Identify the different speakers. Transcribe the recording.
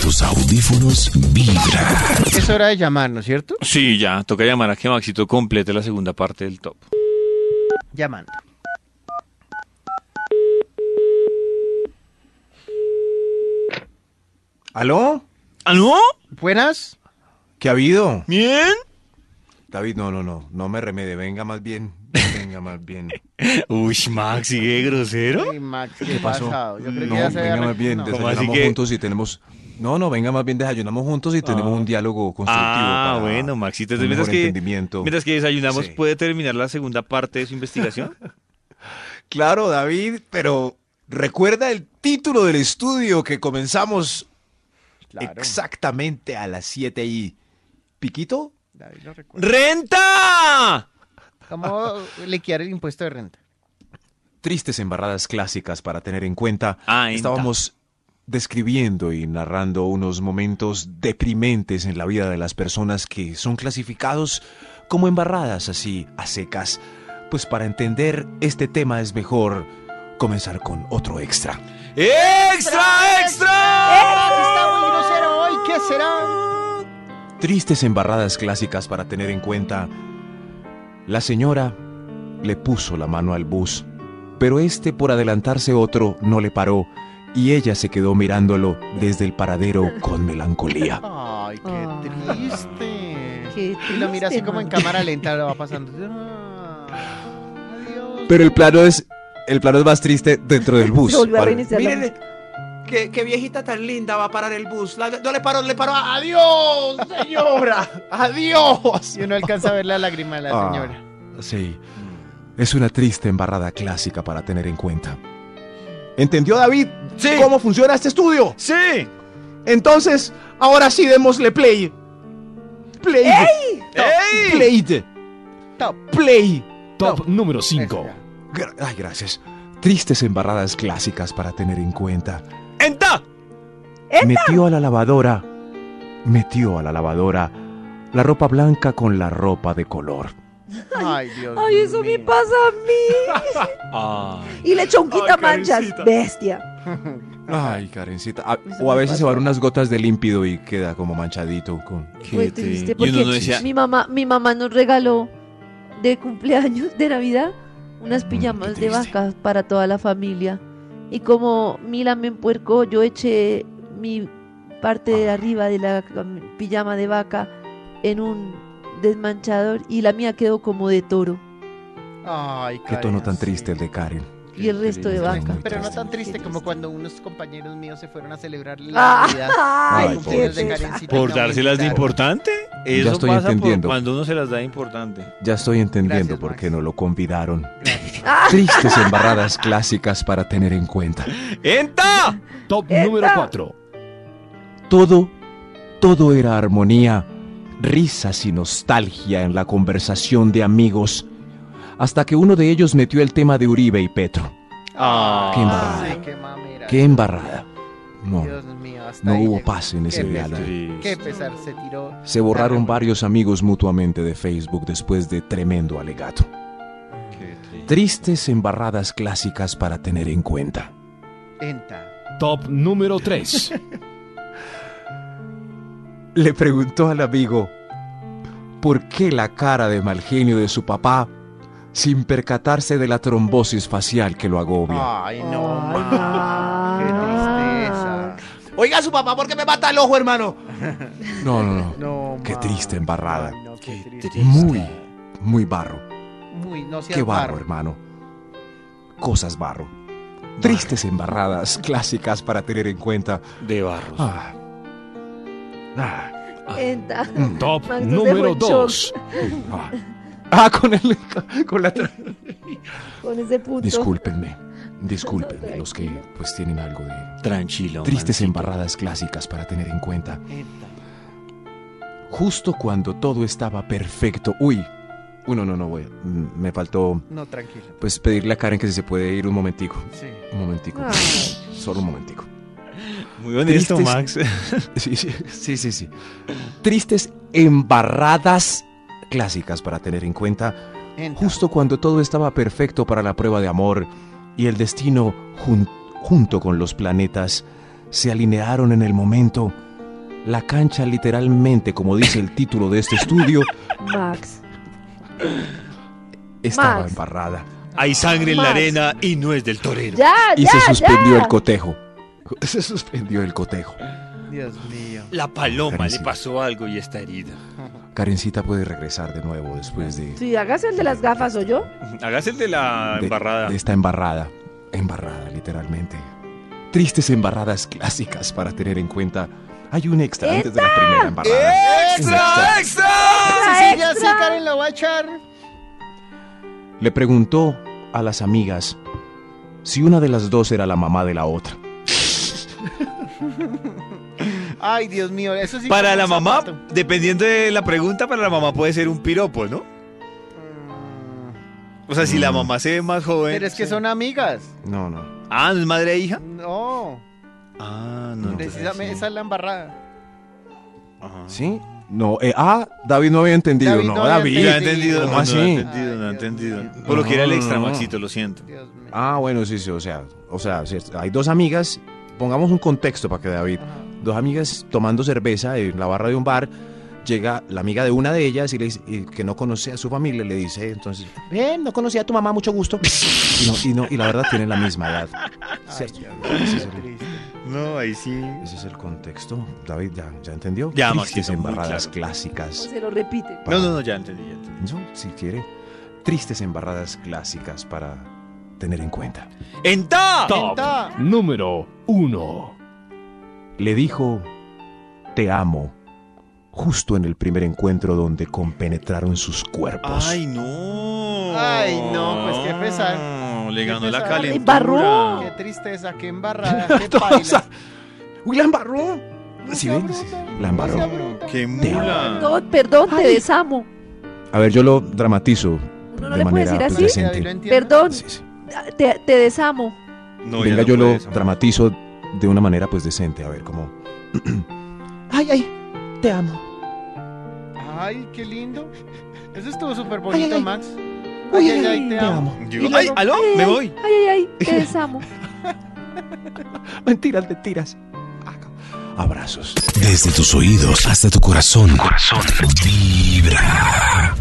Speaker 1: tus audífonos vibra.
Speaker 2: Es hora de llamar, ¿no es cierto?
Speaker 3: Sí, ya, toca llamar a que Maxito complete la segunda parte del top.
Speaker 2: Llamando.
Speaker 4: ¿Aló?
Speaker 3: ¿Ah, no?
Speaker 2: Buenas.
Speaker 4: ¿Qué ha habido?
Speaker 3: ¿Bien?
Speaker 4: David, no, no, no, no me remede, venga más bien, venga más bien.
Speaker 3: Uy, Max, ¿sigue grosero?
Speaker 2: Ay, Max, ¿qué,
Speaker 4: pasó?
Speaker 2: pasado? Yo creo
Speaker 4: No,
Speaker 2: que ya se había
Speaker 4: venga más bien,
Speaker 2: arrepentido.
Speaker 3: ¿Cómo así
Speaker 4: desayunamos
Speaker 3: que-
Speaker 4: juntos y tenemos... No, no, venga más bien, desayunamos juntos y tenemos un diálogo constructivo.
Speaker 3: Ah,
Speaker 4: para
Speaker 3: bueno, Maxito,
Speaker 4: un
Speaker 3: entonces, mientras
Speaker 4: mejor
Speaker 3: que,
Speaker 4: entendimiento.
Speaker 3: mientras que desayunamos,
Speaker 4: Sí.
Speaker 3: ¿puede terminar la segunda parte de su investigación?
Speaker 4: Claro, David, pero recuerda el título del estudio que comenzamos
Speaker 2: Claro,
Speaker 4: exactamente a las 7 y... ¿Piquito?
Speaker 2: David lo recuerda.
Speaker 3: ¡Renta!
Speaker 2: ¿Cómo liquidar el impuesto de renta?
Speaker 4: tristes embarradas clásicas para tener en cuenta.
Speaker 3: Ah, enta.
Speaker 4: Estábamos describiendo y narrando unos momentos deprimentes en la vida de las personas que son clasificados como embarradas así a secas. Pues para entender este tema es mejor comenzar con otro extra.
Speaker 3: ¡Extra, extra!
Speaker 2: muy grosero hoy! ¿Qué será?
Speaker 4: Tristes embarradas clásicas para tener en cuenta. La señora le puso la mano al bus, pero este por adelantarse otro no le paró y ella se quedó mirándolo desde el paradero con melancolía.
Speaker 2: ¡Ay, qué
Speaker 5: Ay,
Speaker 2: triste!
Speaker 5: qué
Speaker 2: y lo mira así
Speaker 5: triste,
Speaker 2: como en
Speaker 5: mano.
Speaker 2: cámara lenta, lo va pasando. Ah, adiós.
Speaker 4: Pero el plano es el plano es más triste dentro del bus.
Speaker 5: Se volvió a
Speaker 4: Para-
Speaker 5: reiniciar la
Speaker 4: Mírenle, qué, qué viejita tan linda va a parar el bus. La- no le
Speaker 3: Ah.
Speaker 4: paró, le paró. Adiós, señora. Adiós.
Speaker 2: Y uno alcanza a ver la lágrima de la
Speaker 4: Ah.
Speaker 2: señora.
Speaker 4: Sí. Es una triste embarrada clásica para tener en cuenta. ¿Entendió David
Speaker 3: Sí.
Speaker 4: cómo funciona este estudio?
Speaker 3: ¡Sí!
Speaker 4: Entonces, ahora sí démosle play. Play.
Speaker 3: ¡Ey!
Speaker 4: Play.
Speaker 2: Top.
Speaker 4: Play.
Speaker 1: Top número 5.
Speaker 2: Eso ya.
Speaker 4: Gra- Ay, gracias. Tristes embarradas clásicas para tener en cuenta.
Speaker 3: ¡Enta!
Speaker 4: Metió a la lavadora. Metió a la lavadora la ropa blanca con la ropa de color.
Speaker 2: Ay, Dios
Speaker 5: Ay, eso me
Speaker 2: mío.
Speaker 5: pasa a mí.
Speaker 3: Ay.
Speaker 5: Y le echó un
Speaker 4: Ay,
Speaker 5: quitamanchas.
Speaker 4: Karencita.
Speaker 5: Bestia.
Speaker 4: Ay, Karencita. Ah,
Speaker 5: Eso
Speaker 4: o a
Speaker 5: me
Speaker 4: veces se van
Speaker 5: pasa.
Speaker 4: unas gotas de límpido y queda como manchadito con.
Speaker 5: Fue
Speaker 3: Qué
Speaker 5: triste
Speaker 3: tri- Y uno no
Speaker 5: porque
Speaker 3: decía,
Speaker 5: mi mamá, mi mamá nos regaló de cumpleaños de Navidad
Speaker 3: Mm,
Speaker 5: unas pijamas de
Speaker 4: triste.
Speaker 5: vaca para toda la familia. Y como Mila me empuercó, yo eché mi parte de
Speaker 3: Ah.
Speaker 5: arriba de la cam- pijama de vaca en un desmanchador y la mía quedó como de toro.
Speaker 2: Ay,
Speaker 4: Qué tono tan
Speaker 2: Karencita.
Speaker 4: triste el de Karen.
Speaker 5: Y el resto de
Speaker 4: Qué
Speaker 2: Pero-
Speaker 4: triste,
Speaker 5: vaca.
Speaker 4: muy
Speaker 2: Pero no tan
Speaker 5: Qué
Speaker 2: triste como
Speaker 5: triste.
Speaker 2: cuando unos compañeros míos se fueron a celebrar la
Speaker 5: Ah,
Speaker 2: Navidad.
Speaker 5: Ay,
Speaker 4: Ay,
Speaker 5: qué
Speaker 2: cumpleaños de
Speaker 4: pobre.
Speaker 5: pesar.
Speaker 2: Karencita y
Speaker 3: ¿Por
Speaker 2: no
Speaker 3: dárselas de
Speaker 2: me invitaron.
Speaker 3: importante? Eso
Speaker 4: estoy
Speaker 3: pasa
Speaker 4: entendiendo.
Speaker 3: por cuando uno se las da de importante.
Speaker 4: Ya estoy entendiendo
Speaker 2: Gracias,
Speaker 4: por
Speaker 2: Max.
Speaker 4: qué no lo convidaron. Tristes embarradas clásicas para tener en cuenta.
Speaker 3: ¡Enta!
Speaker 1: Top
Speaker 5: Esta.
Speaker 1: número 4.
Speaker 4: Todo, todo era armonía, risas y nostalgia en la conversación de amigos, hasta que uno de ellos metió el tema de Uribe y Petro.
Speaker 3: Ah.
Speaker 4: Qué embarrada.
Speaker 2: Ay, qué mamera.
Speaker 4: ¡Qué embarrada! No,
Speaker 2: Dios mío, hasta
Speaker 4: no
Speaker 2: ahí
Speaker 4: hubo
Speaker 2: llegó.
Speaker 4: paz en ese
Speaker 2: Qué
Speaker 4: diálogo.
Speaker 2: Qué pesar, se tiró.
Speaker 4: Se borraron
Speaker 2: Caramba.
Speaker 4: varios amigos mutuamente de Facebook después de tremendo alegato.
Speaker 3: Qué triste.
Speaker 4: Tristes embarradas clásicas para tener en cuenta.
Speaker 2: Enta.
Speaker 1: Top número 3.
Speaker 4: Le preguntó al amigo, ¿por qué la cara de mal genio de su papá sin percatarse de la trombosis facial que lo agobia?
Speaker 2: Ay, no,
Speaker 5: Ay,
Speaker 2: ma. Qué tristeza.
Speaker 4: Oiga, su papá, ¿por qué me mata el ojo, hermano? No, no, no.
Speaker 2: No,
Speaker 4: Qué
Speaker 2: ma.
Speaker 4: triste embarrada.
Speaker 2: Ay, no, qué triste.
Speaker 4: Muy, muy barro.
Speaker 2: Muy, no seas
Speaker 4: Qué barro,
Speaker 2: barro.
Speaker 4: hermano. Cosas barro. Tristes embarradas clásicas para tener en cuenta.
Speaker 3: De barros.
Speaker 4: Ah. Ah.
Speaker 5: Enta.
Speaker 4: Mm.
Speaker 1: Top
Speaker 5: Max nos dejó
Speaker 1: número
Speaker 5: en shock.
Speaker 1: 2.
Speaker 4: Ah, Ah, con, el, con la... tra-
Speaker 5: Con ese punto.
Speaker 4: Discúlpenme, discúlpenme los que pues tienen algo de...
Speaker 3: Tranquilo.
Speaker 4: Tristes
Speaker 3: Maxito.
Speaker 4: embarradas clásicas para tener en cuenta.
Speaker 2: Enta.
Speaker 4: Justo cuando todo estaba perfecto. Uy, uno no, no voy. mm, Me faltó
Speaker 2: No, tranquilo.
Speaker 4: pues pedirle a Karen que si se puede ir un momentico.
Speaker 2: Sí.
Speaker 4: Un momentico.
Speaker 5: Ay.
Speaker 4: Solo un momentico.
Speaker 3: Muy honesto,
Speaker 4: Tristes-
Speaker 3: Max.
Speaker 4: Sí, sí, sí, sí, sí. Tristes embarradas clásicas para tener en cuenta.
Speaker 2: Enta.
Speaker 4: Justo cuando todo estaba perfecto para la prueba de amor y el destino jun- junto con los planetas se alinearon en el momento la cancha literalmente, como dice el título de este estudio,
Speaker 5: Max.
Speaker 4: estaba
Speaker 5: Max.
Speaker 4: embarrada
Speaker 3: Hay sangre en la
Speaker 5: Max.
Speaker 3: arena y no es del torero.
Speaker 5: Ya,
Speaker 4: y
Speaker 5: Ah,
Speaker 4: se
Speaker 5: ya,
Speaker 4: suspendió
Speaker 5: ya.
Speaker 4: el cotejo. Se suspendió el cotejo.
Speaker 2: Dios mío.
Speaker 3: La paloma
Speaker 4: Carísimo.
Speaker 3: le pasó algo y está herida.
Speaker 4: Karencita puede regresar de nuevo después de,
Speaker 5: Sí, hágase el de las gafas o yo.
Speaker 3: Hágase el de la
Speaker 4: de-
Speaker 3: embarrada.
Speaker 4: de esta embarrada. Embarrada, literalmente. Tristes embarradas clásicas para tener en cuenta. Hay un extra antes de la primera embarrada. Un extra.
Speaker 5: Extra,
Speaker 2: Sí, ya sé,
Speaker 5: extra.
Speaker 2: Karen la va a echar.
Speaker 4: Le preguntó a las amigas si una de las dos era la mamá de la otra.
Speaker 2: Ay, Dios mío, eso sí.
Speaker 3: Para
Speaker 2: como
Speaker 3: la
Speaker 2: un
Speaker 3: mamá,
Speaker 2: zapato.
Speaker 3: dependiendo de la pregunta, para la mamá puede ser un piropo, ¿no? O sea, si
Speaker 4: Mm.
Speaker 3: la mamá se ve más joven.
Speaker 2: Pero es que son amigas.
Speaker 4: No, no.
Speaker 3: Ah, ¿no es madre e hija?
Speaker 2: No,
Speaker 3: Ah,
Speaker 4: no, entonces
Speaker 2: precisamente esa es la embarrada.
Speaker 4: ¿Sí? No. eh, ah, David no había entendido.
Speaker 2: David
Speaker 4: no,
Speaker 2: no había
Speaker 4: David.
Speaker 3: No ha
Speaker 2: Sí,
Speaker 3: entendido,
Speaker 4: ¿Cómo
Speaker 3: no, no
Speaker 4: así?
Speaker 3: ha entendido, no ha
Speaker 2: Ay, Dios
Speaker 3: entendido.
Speaker 2: mío.
Speaker 3: Por lo que era el extra,
Speaker 4: No, no, no.
Speaker 3: Maxito, lo siento.
Speaker 2: Dios mío.
Speaker 4: Ah, bueno, sí, sí. O sea, o sea, sí, hay dos amigas. Pongamos un contexto para que David
Speaker 2: Ajá.
Speaker 4: dos amigas tomando cerveza en la barra de un bar. Llega la amiga de una de ellas y, le dice- y que no conoce a su familia, le dice, entonces, ven, no conocía a tu mamá, mucho gusto. Y, no- y no- y la verdad tienen la misma edad.
Speaker 2: Ay,
Speaker 4: Ah, ¿Cierto?
Speaker 2: Dios mío,
Speaker 4: Ese es,
Speaker 2: qué
Speaker 4: el,
Speaker 2: triste.
Speaker 3: No, ahí sí.
Speaker 4: ese es el contexto. David, ¿ya, ya entendió?
Speaker 3: Ya,
Speaker 4: Tristes
Speaker 3: Maxito, muy
Speaker 4: embarradas
Speaker 3: claro.
Speaker 5: O
Speaker 4: clásicas.
Speaker 5: se lo repite.
Speaker 3: No, no, no, ya entendí, ya entendí.
Speaker 4: Eso, si quiere. Tristes embarradas clásicas para tener en cuenta.
Speaker 3: ¡Enta!
Speaker 1: Top
Speaker 2: Ta.
Speaker 1: número 1.
Speaker 4: Le dijo, te amo, justo en el primer encuentro donde compenetraron sus cuerpos.
Speaker 3: ¡Ay, no!
Speaker 2: Ay, no, pues, qué pesar.
Speaker 3: No, Le
Speaker 2: Qué
Speaker 3: ganó la
Speaker 2: pesar.
Speaker 3: calentura.
Speaker 5: Embarró.
Speaker 2: Qué tristeza, qué embarrada, qué paila.
Speaker 4: ¡Uy, la embarró! ¿Sí
Speaker 2: sea
Speaker 4: ven?
Speaker 2: bruta,
Speaker 4: Sí, La
Speaker 2: no sea
Speaker 4: embarró.
Speaker 2: bruta.
Speaker 3: ¡Qué
Speaker 4: Te
Speaker 3: mula!
Speaker 5: No, perdón, te
Speaker 4: Ay.
Speaker 5: desamo.
Speaker 4: A ver, yo lo dramatizo
Speaker 5: ¿No
Speaker 4: de
Speaker 5: le puedes
Speaker 4: manera
Speaker 5: decir así?
Speaker 4: presente.
Speaker 2: David, ¿lo entiendes?
Speaker 5: Perdón,
Speaker 4: Sí, sí.
Speaker 5: te, te desamo.
Speaker 3: No, ya
Speaker 4: Venga,
Speaker 3: no
Speaker 4: yo lo
Speaker 3: puedes, amor.
Speaker 4: dramatizo de una manera pues decente. A ver, como... ¡Ay, ay! Te amo.
Speaker 2: Ay, qué lindo. Eso estuvo súper bonito,
Speaker 4: ay.
Speaker 2: Max. Ay, ay, ay, te amo.
Speaker 3: Digo,
Speaker 5: Y
Speaker 3: ¡Ay,
Speaker 5: luego,
Speaker 3: aló!
Speaker 5: ay,
Speaker 3: ¡Me
Speaker 5: ay,
Speaker 3: voy!
Speaker 5: Ay, ay, ay, te desamo.
Speaker 4: Mentiras, mentiras. Abrazos.
Speaker 1: Desde tus oídos hasta tu corazón. Corazón. Vibra.